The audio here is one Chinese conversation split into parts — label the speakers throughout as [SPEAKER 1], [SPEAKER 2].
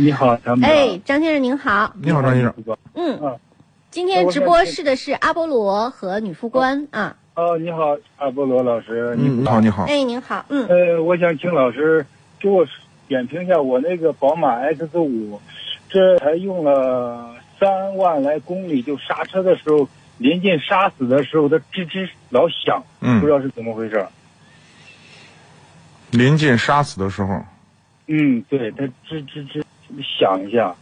[SPEAKER 1] 你好，张明。
[SPEAKER 2] 哎，张先生您好，
[SPEAKER 1] 你好，张先生。
[SPEAKER 2] 嗯，
[SPEAKER 1] 嗯，
[SPEAKER 2] 今天直播室的是阿波罗和女副官啊。
[SPEAKER 1] 哦，你好，阿波罗老师。
[SPEAKER 3] 嗯，你好，你好。
[SPEAKER 2] 哎，您好，嗯，
[SPEAKER 1] 呃，我想请老师给我点评一下我那个宝马 X 五，这才用了三万来公里，就刹车的时候，临近刹死的时候，它吱吱老响，
[SPEAKER 3] 嗯
[SPEAKER 1] 不知道是怎么回事。
[SPEAKER 3] 临近杀死的时候，
[SPEAKER 1] 嗯，对，它吱吱吱响一下，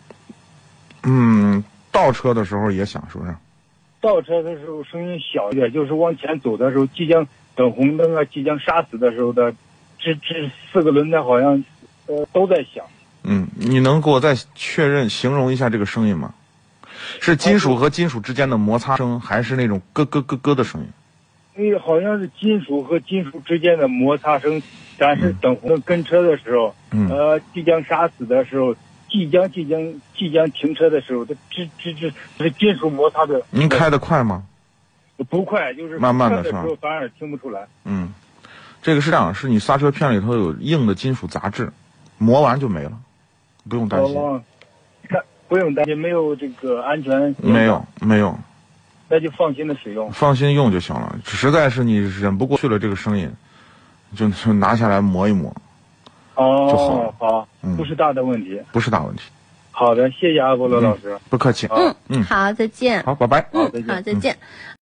[SPEAKER 3] 嗯，倒车的时候也响，是不是？
[SPEAKER 1] 倒车的时候声音小一点，就是往前走的时候，即将等红灯啊，即将刹死的时候的，吱吱四个轮胎好像呃都在响。
[SPEAKER 3] 嗯，你能给我再确认形容一下这个声音吗？是金属和金属之间的摩擦声，还是那种咯咯咯咯的声音？
[SPEAKER 1] 那好像是金属和金属之间的摩擦声，但是等红灯跟车的时候，
[SPEAKER 3] 嗯
[SPEAKER 1] 呃，即将刹死的时候，即将即将即将停车的时候，它吱吱吱，这金属摩擦的呃
[SPEAKER 3] 您开得快吗？
[SPEAKER 1] 不快，就是
[SPEAKER 3] 慢慢
[SPEAKER 1] 快
[SPEAKER 3] 地
[SPEAKER 1] 的
[SPEAKER 3] 是吧
[SPEAKER 1] 时候反而听不出来。
[SPEAKER 3] 嗯，这个是这样，是你刹车片里头有硬的金属杂质，磨完就没了，不用担心。
[SPEAKER 1] 哦，看不用担心，没有这个安全隐患
[SPEAKER 3] 没，有，没有，
[SPEAKER 1] 那就放心的使用。
[SPEAKER 3] 放心用就行了。实在是你忍不过去了，这个声音，就就拿下来磨一磨，
[SPEAKER 1] 哦，
[SPEAKER 3] 就好了
[SPEAKER 1] 好
[SPEAKER 3] 嗯
[SPEAKER 1] 不是大的问题。
[SPEAKER 3] 不是大问题。
[SPEAKER 1] 好的，谢谢阿波罗老师。
[SPEAKER 3] 不客气。
[SPEAKER 2] 嗯
[SPEAKER 3] 嗯
[SPEAKER 2] 好，再见。
[SPEAKER 3] 好，拜拜。
[SPEAKER 2] 嗯
[SPEAKER 1] 好再，见
[SPEAKER 2] 好，再见。